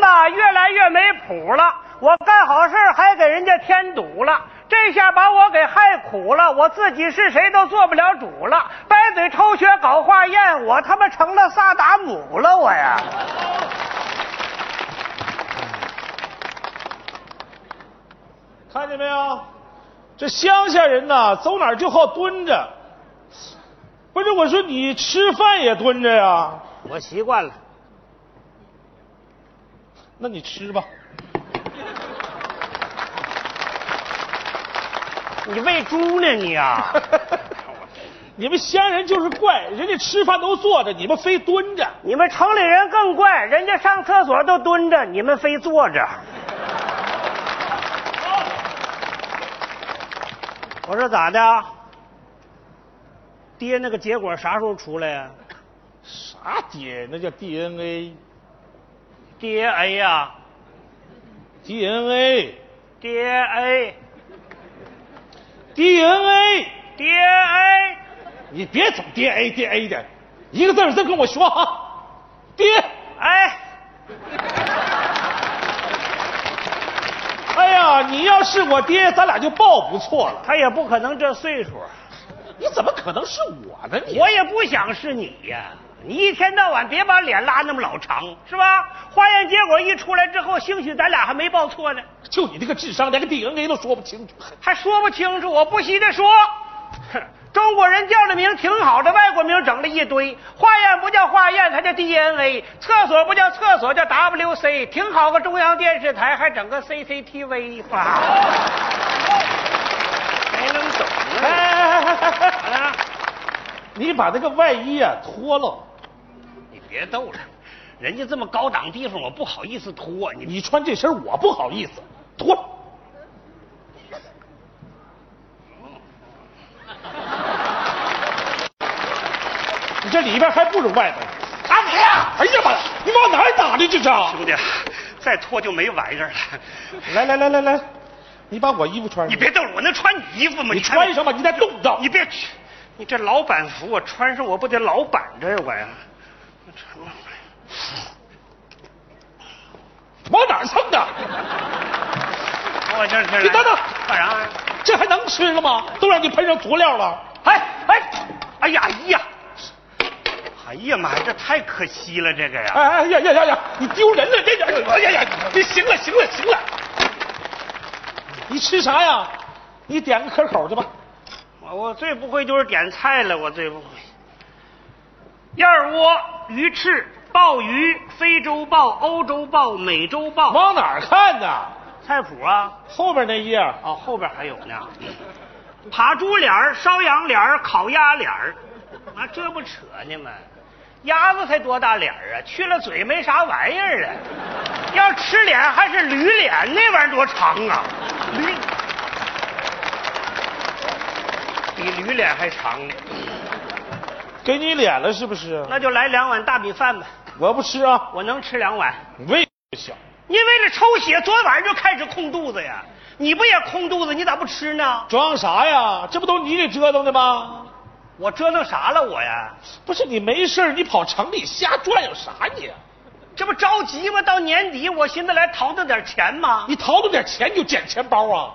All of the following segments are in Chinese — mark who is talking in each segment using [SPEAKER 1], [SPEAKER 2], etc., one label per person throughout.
[SPEAKER 1] 啊，越来越没谱了。我干好事儿还给人家添堵了，这下把我给害苦了。我自己是谁都做不了主了，掰嘴抽血搞化验，我他妈成了萨达姆了，我呀！
[SPEAKER 2] 看见没有？这乡下人呐，走哪儿就好蹲着。不是，我说你吃饭也蹲着呀？
[SPEAKER 1] 我习惯了，
[SPEAKER 2] 那你吃吧。
[SPEAKER 1] 你喂猪呢你 啊？
[SPEAKER 2] 你们乡人就是怪，人家吃饭都坐着，你们非蹲着。
[SPEAKER 1] 你们城里人更怪，人家上厕所都蹲着，你们非坐着。我说咋的？啊爹，那个结果啥时候出来啊呀、
[SPEAKER 2] 啥爹？那叫 DNA，DNA
[SPEAKER 1] 爹 A 呀、爹 A，
[SPEAKER 2] DNA，
[SPEAKER 1] 爹 A，
[SPEAKER 2] 你别总 DNA DNA 的，一个字儿再跟我说啊，爹，
[SPEAKER 1] 哎，
[SPEAKER 2] 哎呀，你要是我爹，咱俩就抱不错了。
[SPEAKER 1] 他也不可能这岁数，
[SPEAKER 2] 你怎么可能是我呢？你
[SPEAKER 1] 我也不想是你呀、你一天到晚别把脸拉那么老长，是吧？化验结果一出来之后，兴许咱俩还没报错呢，
[SPEAKER 2] 就你这个智商，连个 DNA 都说不清楚。
[SPEAKER 1] 还说不清楚。我不惜的说，哼，中国人叫的名挺好的，外国名整了一堆。化验不叫化验，它叫 DNA；厕所不叫厕所，叫 WC。挺好个中央电视台，还整个 CCTV，哇！没能懂啊！
[SPEAKER 2] 哎哎哎哎哎哎
[SPEAKER 1] 啊
[SPEAKER 2] 你把那个外衣啊脱了，
[SPEAKER 1] 你别逗了，人家这么高档地方，我不好意思脱、你
[SPEAKER 2] 你穿这身我不好意思，脱了。你这里边还不如外边。
[SPEAKER 1] 打你呀、
[SPEAKER 2] 哎呀妈呀！你往哪儿打的这是？
[SPEAKER 1] 兄弟，再脱就没玩意儿了。
[SPEAKER 2] 来来来来来，你把我衣服穿上。
[SPEAKER 1] 你别逗了，我能穿你衣服吗？
[SPEAKER 2] 你穿上吧，你再冻着。
[SPEAKER 1] 你别去，你这老板服我穿上，我不得老板着呀我呀。我穿吧
[SPEAKER 2] 往哪儿蹭的？
[SPEAKER 1] 我这这
[SPEAKER 2] 你等等
[SPEAKER 1] 干啥呀？
[SPEAKER 2] 这还能吃了吗？都让你喷上佐料了。
[SPEAKER 1] 哎哎，哎呀哎呀，哎呀妈呀，这太可惜了，这个呀。
[SPEAKER 2] 哎哎呀呀呀呀！你丢人了，这呀哎呀呀！你行了行了行了，你吃啥呀？你点个可口去吧。
[SPEAKER 1] 我我最不会就是点菜了，我最不会。燕窝、鱼翅、鲍鱼、非洲鲍、欧洲鲍、美洲鲍，
[SPEAKER 2] 往哪儿看呢？
[SPEAKER 1] 菜谱啊，
[SPEAKER 2] 后边那页儿
[SPEAKER 1] 哦，后边还有呢。扒猪脸儿、烧羊脸儿、烤鸭脸儿，啊，这不扯呢吗？鸭子才多大脸儿啊，去了嘴没啥玩意儿啊。要吃脸还是驴脸，那玩意儿多长啊，驴比驴脸还长呢。
[SPEAKER 2] 给你脸了是不是？
[SPEAKER 1] 那就来两碗大米饭吧，
[SPEAKER 2] 我不吃啊，
[SPEAKER 1] 我能吃两碗。
[SPEAKER 2] 你胃不小。
[SPEAKER 1] 你为了抽血，昨晚上就开始空肚子呀。你不也空肚子？你咋不吃呢？
[SPEAKER 2] 装啥呀？这不都你给折腾的吗？
[SPEAKER 1] 我折腾啥了我呀？
[SPEAKER 2] 不是你没事儿你跑城里瞎转悠啥你？
[SPEAKER 1] 这不着急吗？到年底我寻思来淘腾点钱吗？
[SPEAKER 2] 你淘着点钱你就捡钱包啊？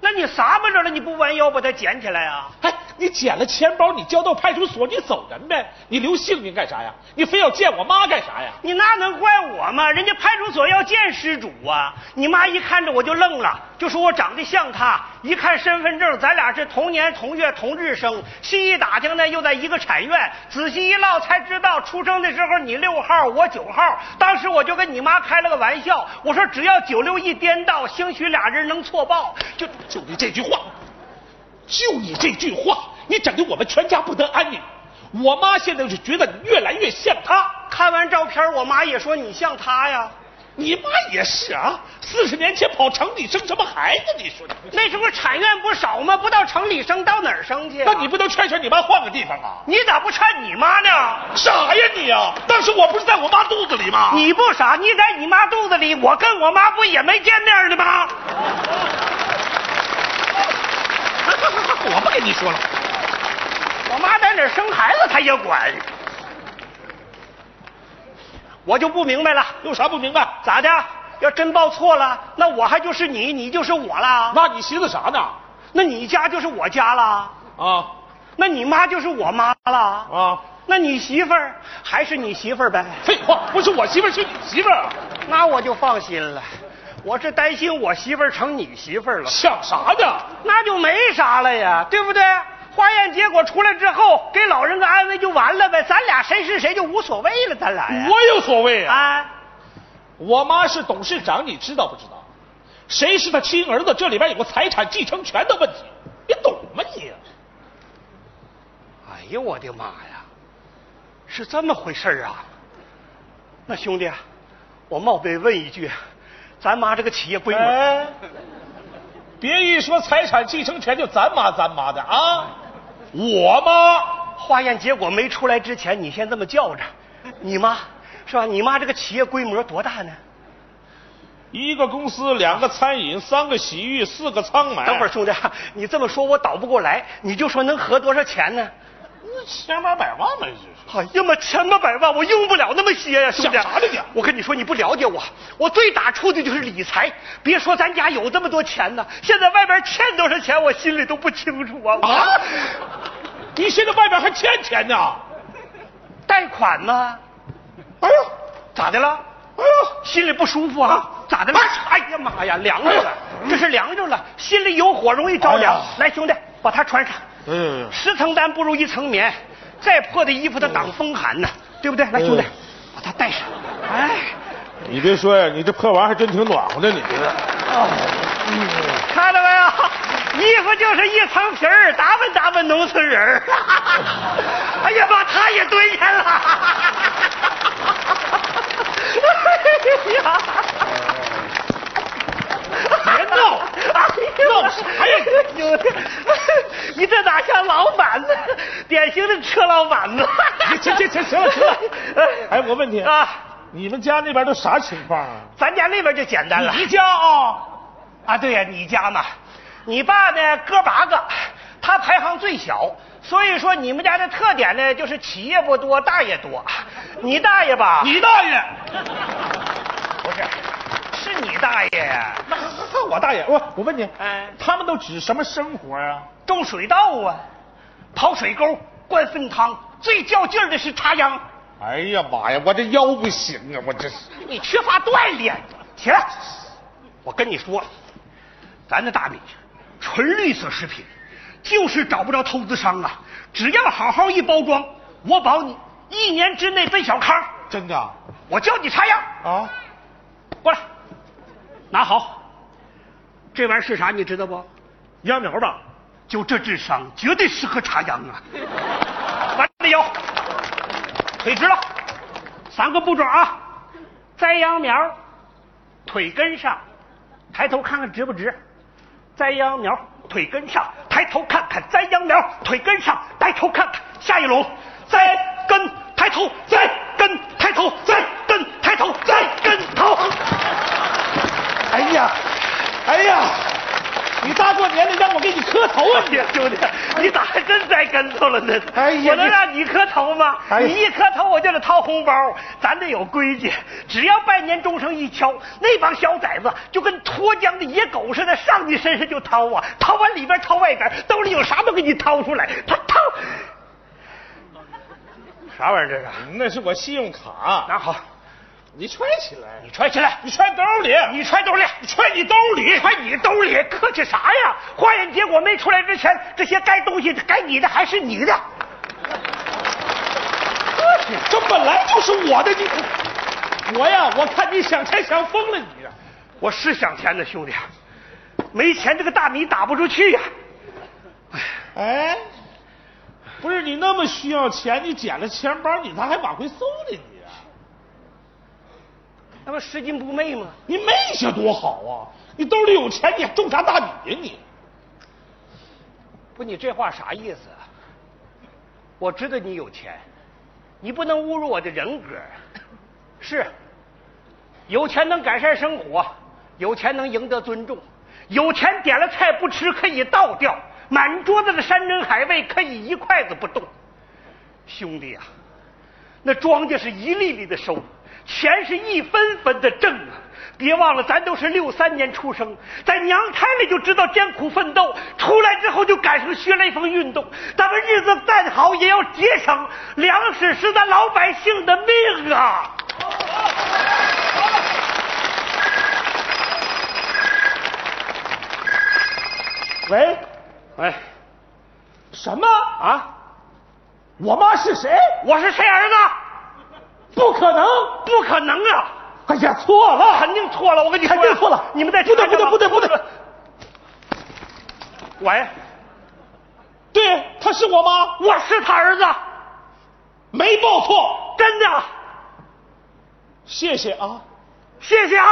[SPEAKER 1] 那你撒巴着了，你不弯腰把它捡起来啊？
[SPEAKER 2] 哎，你捡了钱包，你交到派出所，你走人呗，你留姓名干啥呀？你非要见我妈干啥呀？
[SPEAKER 1] 你那能怪我吗？人家派出所要见失主啊！你妈一看着我就愣了，就说我长得像他。一看身份证，咱俩是同年同月同日生。细一打听呢，又在一个产院。仔细一唠，才知道出生的时候你六号，我九号。当时我就跟你妈开了个玩笑，我说只要九六一颠倒，兴许俩人能错报。
[SPEAKER 2] 就就你这句话，就你这句话，你整的我们全家不得安宁。我妈现在就觉得你越来越像她，
[SPEAKER 1] 他看完照片，我妈也说你像他呀。
[SPEAKER 2] 你妈也是啊。四十年前跑城里生什么孩子？你说你，
[SPEAKER 1] 那时候产院不少吗？不到城里生，到哪儿生去啊、
[SPEAKER 2] 那你不能劝劝你妈换个地方啊？
[SPEAKER 1] 你咋不劝你妈呢？
[SPEAKER 2] 傻呀你啊！当时我不是在我妈肚子里吗？
[SPEAKER 1] 你不傻，你在你妈肚子里，我跟我妈不也没见面的吗？
[SPEAKER 2] 我不跟你说了，
[SPEAKER 1] 我妈在哪儿生孩子，她也管。我就不明白了，
[SPEAKER 2] 有啥不明白？
[SPEAKER 1] 咋的？要真报错了，那我还就是你，你就是我啦。那
[SPEAKER 2] 那你寻思啥呢？
[SPEAKER 1] 你家就是我家啦，
[SPEAKER 2] 啊
[SPEAKER 1] 那你妈就是我妈啦，
[SPEAKER 2] 啊！
[SPEAKER 1] 那你媳妇儿还是你媳妇儿呗。
[SPEAKER 2] 废话，不是我媳妇儿，是你媳妇儿啊，
[SPEAKER 1] 那我就放心了，我是担心我媳妇儿成你媳妇儿了，
[SPEAKER 2] 想啥呢？
[SPEAKER 1] 那就没啥了呀，对不对？化验结果出来之后，给老人个安慰就完了呗，咱俩谁是谁就无所谓了，咱俩哎呀。
[SPEAKER 2] 我有所谓啊！
[SPEAKER 1] 啊，
[SPEAKER 2] 我妈是董事长，你知道不知道？谁是他亲儿子？这里边有个财产继承权的问题，你懂吗你？
[SPEAKER 1] 哎呀，我的妈呀，是这么回事儿啊！那兄弟，啊我冒昧问一句，咱妈这个企业规模，
[SPEAKER 2] 哎，别一说财产继承权就咱妈咱妈的啊！我妈
[SPEAKER 1] 化验结果没出来之前，你先这么叫着，你妈是吧？你妈这个企业规模多大呢？
[SPEAKER 2] 一个公司，两个餐饮，三个洗浴，四个仓买。
[SPEAKER 1] 等会儿，兄弟， 你这么说我倒不过来，你就说能合多少钱呢？
[SPEAKER 2] 那千八百万嘛，这是。
[SPEAKER 1] 哎呀妈，千八百万我用不了那么些呀、兄弟。
[SPEAKER 2] 想啥呢你
[SPEAKER 1] 我跟你说，你不了解我，我最打触的就是理财。别说咱家有这么多钱呢，现在外边欠多少钱，我心里都不清楚啊。
[SPEAKER 2] 啊！你现在外边还欠钱呢？
[SPEAKER 1] 贷款吗？
[SPEAKER 2] 哎呀，
[SPEAKER 1] 咋的了？
[SPEAKER 2] 哎呀，
[SPEAKER 1] 心里不舒服啊？咋的了？哎呀妈呀，啊凉着了，这是凉着了，心里有火容易着凉
[SPEAKER 2] 哎呀。
[SPEAKER 1] 来，兄弟，把它穿上。
[SPEAKER 2] 嗯，
[SPEAKER 1] 十层单不如一层棉，再破的衣服它挡风寒呢，对不对？来，兄弟
[SPEAKER 2] 嗯，
[SPEAKER 1] 把它戴上。哎，
[SPEAKER 2] 你别说呀，你这破玩意儿还真挺暖和的，你
[SPEAKER 1] 看到没有？衣服就是一层皮儿，打扮打扮农村人儿。 哎呀妈，他也蹲下了。哎呀！
[SPEAKER 2] 别闹闹啥呀
[SPEAKER 1] 你？有的，你这哪像老板呢？典型的车老板呢？
[SPEAKER 2] 行行行行了行 了。哎，我问你
[SPEAKER 1] 啊，
[SPEAKER 2] 你们家那边都啥情况啊？
[SPEAKER 1] 咱家那边就简单了。
[SPEAKER 2] 你家啊，
[SPEAKER 1] 啊，对呀、你家嘛，你爸呢哥八个，他排行最小，所以说你们家的特点呢就是企业不多，大爷多。你大爷吧，
[SPEAKER 2] 你大爷，
[SPEAKER 1] 不是，是你大爷呀，
[SPEAKER 2] 那我大爷，我我问你，
[SPEAKER 1] 哎
[SPEAKER 2] 他们都指什么生活啊？
[SPEAKER 1] 种水稻啊，刨水沟，灌粪汤，最较劲儿的是插秧。
[SPEAKER 2] 哎呀妈呀，我这腰不行啊，我这是。
[SPEAKER 1] 你缺乏锻炼。起来，我跟你说，咱的大米纯绿色食品，就是找不着投资商啊。只要好好一包装，我保你一年之内奔小康。
[SPEAKER 2] 真的啊
[SPEAKER 1] 我教你插秧，
[SPEAKER 2] 啊？
[SPEAKER 1] 过来，拿好。这玩意儿是啥？你知道不？
[SPEAKER 2] 秧苗吧？
[SPEAKER 1] 就这智商，绝对适合插秧啊！完了腰，腿直了，三个步骤啊：栽秧苗，腿跟上，抬头看看直不直；栽秧苗，腿跟上，抬头看看；栽秧苗，腿跟上，抬头看看。下一轮，栽根，抬头，栽根，抬头，栽根，抬头，栽根，头。
[SPEAKER 2] 哎呀，哎呀，你大过年的让我给你磕头
[SPEAKER 1] 我
[SPEAKER 2] 啊你！
[SPEAKER 1] 天，兄弟，你咋还真栽跟头了呢？
[SPEAKER 2] 哎呀
[SPEAKER 1] 我能
[SPEAKER 2] 你
[SPEAKER 1] 让你磕头吗？
[SPEAKER 2] 哎呀
[SPEAKER 1] 你一磕头我就得掏红包，咱得有规矩。只要拜年钟声一敲，那帮小崽子就跟脱缰的野狗似的，上你身上就掏啊，掏完里边掏外边，兜里有啥都给你掏出来，他掏。啥玩意儿这是？
[SPEAKER 2] 那是我信用卡，
[SPEAKER 1] 拿好，
[SPEAKER 2] 你揣起来，
[SPEAKER 1] 你揣起来。
[SPEAKER 2] 你揣兜里，
[SPEAKER 1] 你揣兜里，揣你兜里，揣你兜里，客气啥呀？化验结果没出来之前，这些该东西该你的还是你的。
[SPEAKER 2] 这本来就是我的，你我呀，我看你想钱想疯了你呀！
[SPEAKER 1] 我是想钱的兄弟，没钱这个大米打不出去呀、
[SPEAKER 2] 哎，不是你那么需要钱，你捡了钱包，你咋还往回搜呢你？啊
[SPEAKER 1] 那不拾金不昧吗？
[SPEAKER 2] 你昧些多好啊！你兜里有钱，你还种啥大米呀你？
[SPEAKER 1] 不，你这话啥意思？啊？我知道你有钱，你不能侮辱我的人格。是，有钱能改善生活，有钱能赢得尊重，有钱点了菜不吃可以倒掉，满桌子的山珍海味可以一筷子不动。兄弟啊，那庄稼是一粒粒的收，钱是一分分的挣啊！别忘了，咱都是六三年出生，在娘胎里就知道艰苦奋斗，出来之后就赶上学雷锋运动。咱们日子再好也要节省，粮食是咱老百姓的命啊！
[SPEAKER 2] 喂，
[SPEAKER 1] 哎，
[SPEAKER 2] 什么啊？我妈是谁？
[SPEAKER 1] 我是谁儿子？
[SPEAKER 2] 不可能！
[SPEAKER 1] 不可能啊！
[SPEAKER 2] 哎呀，错了，
[SPEAKER 1] 肯定错了，我跟你说呀，
[SPEAKER 2] 肯定哎错了
[SPEAKER 1] 你们再
[SPEAKER 2] 不对
[SPEAKER 1] 查查吧
[SPEAKER 2] 不对不对不对！
[SPEAKER 1] 喂，
[SPEAKER 2] 对，她是我妈，
[SPEAKER 1] 我是他儿子，
[SPEAKER 2] 没报错。
[SPEAKER 1] 真的，
[SPEAKER 2] 谢谢啊，
[SPEAKER 1] 谢谢啊！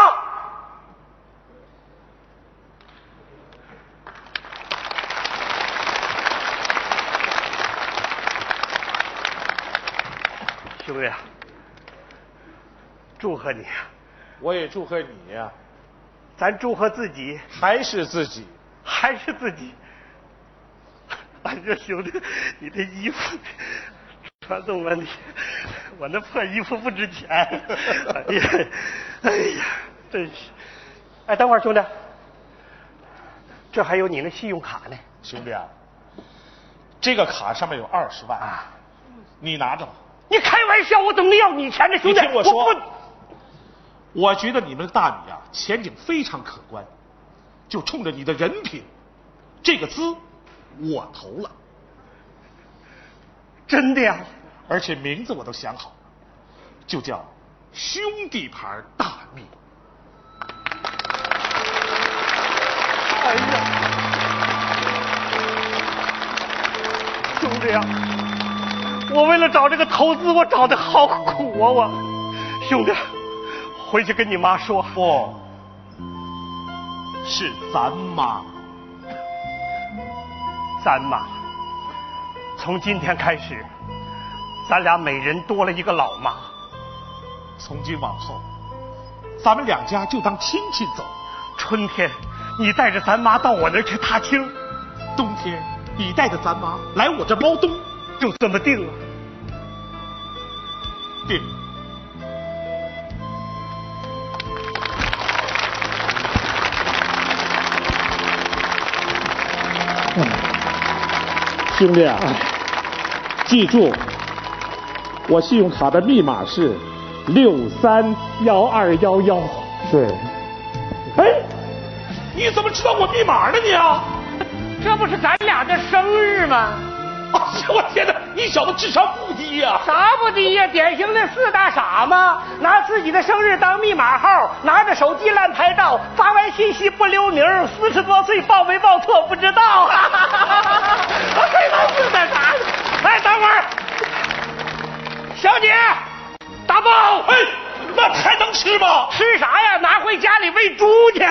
[SPEAKER 1] 兄弟啊，祝贺你啊，
[SPEAKER 2] 我也祝贺你呀、
[SPEAKER 1] 咱祝贺自己
[SPEAKER 2] 还是自己。
[SPEAKER 1] 还是自己。俺这兄弟，你这衣服穿动了你，我那破衣服不值钱。哎呀，哎呀，真是。哎，等会儿兄弟，这还有你那信用卡呢。
[SPEAKER 2] 兄弟啊，这个卡上面有二十万，
[SPEAKER 1] 啊，
[SPEAKER 2] 你拿着吧。
[SPEAKER 1] 你开玩笑，我怎么能要你钱呢，兄弟？
[SPEAKER 2] 你听我说
[SPEAKER 1] 不
[SPEAKER 2] 我觉得你们大米啊前景非常可观，就冲着你的人品，这个资我投了，
[SPEAKER 1] 真的呀，
[SPEAKER 2] 而且名字我都想好了，就叫兄弟牌大米。
[SPEAKER 1] 哎呀，兄弟哎呀，我为了找这个投资，我找的好苦啊！我，兄弟，回去跟你妈说。
[SPEAKER 2] 不，是咱妈。
[SPEAKER 1] 三妈，从今天开始，咱俩每人多了一个老妈。
[SPEAKER 2] 从今往后，咱们两家就当亲戚走。
[SPEAKER 1] 春天，你带着咱妈到我那儿去踏青，
[SPEAKER 2] 冬天，你带着咱妈来我这猫冬。
[SPEAKER 1] 就这么定了。
[SPEAKER 2] 定。
[SPEAKER 3] 兄弟啊，记住，我信用卡的密码是六三幺二幺幺。对，
[SPEAKER 2] 哎，你怎么知道我密码呢？你啊！
[SPEAKER 1] 这不是咱俩的生日吗？
[SPEAKER 2] 哎呀，我天哪！你小子智商不低呀、
[SPEAKER 1] 啥不低呀？典型的四大傻吗？拿自己的生日当密码号，拿着手机乱拍照，发完信息不留名，四十多岁报没报错不知 道。这他四大傻！哎，等会儿，小姐，打包。
[SPEAKER 2] 哎，那还能吃吗？
[SPEAKER 1] 吃啥呀？拿回家里喂猪去。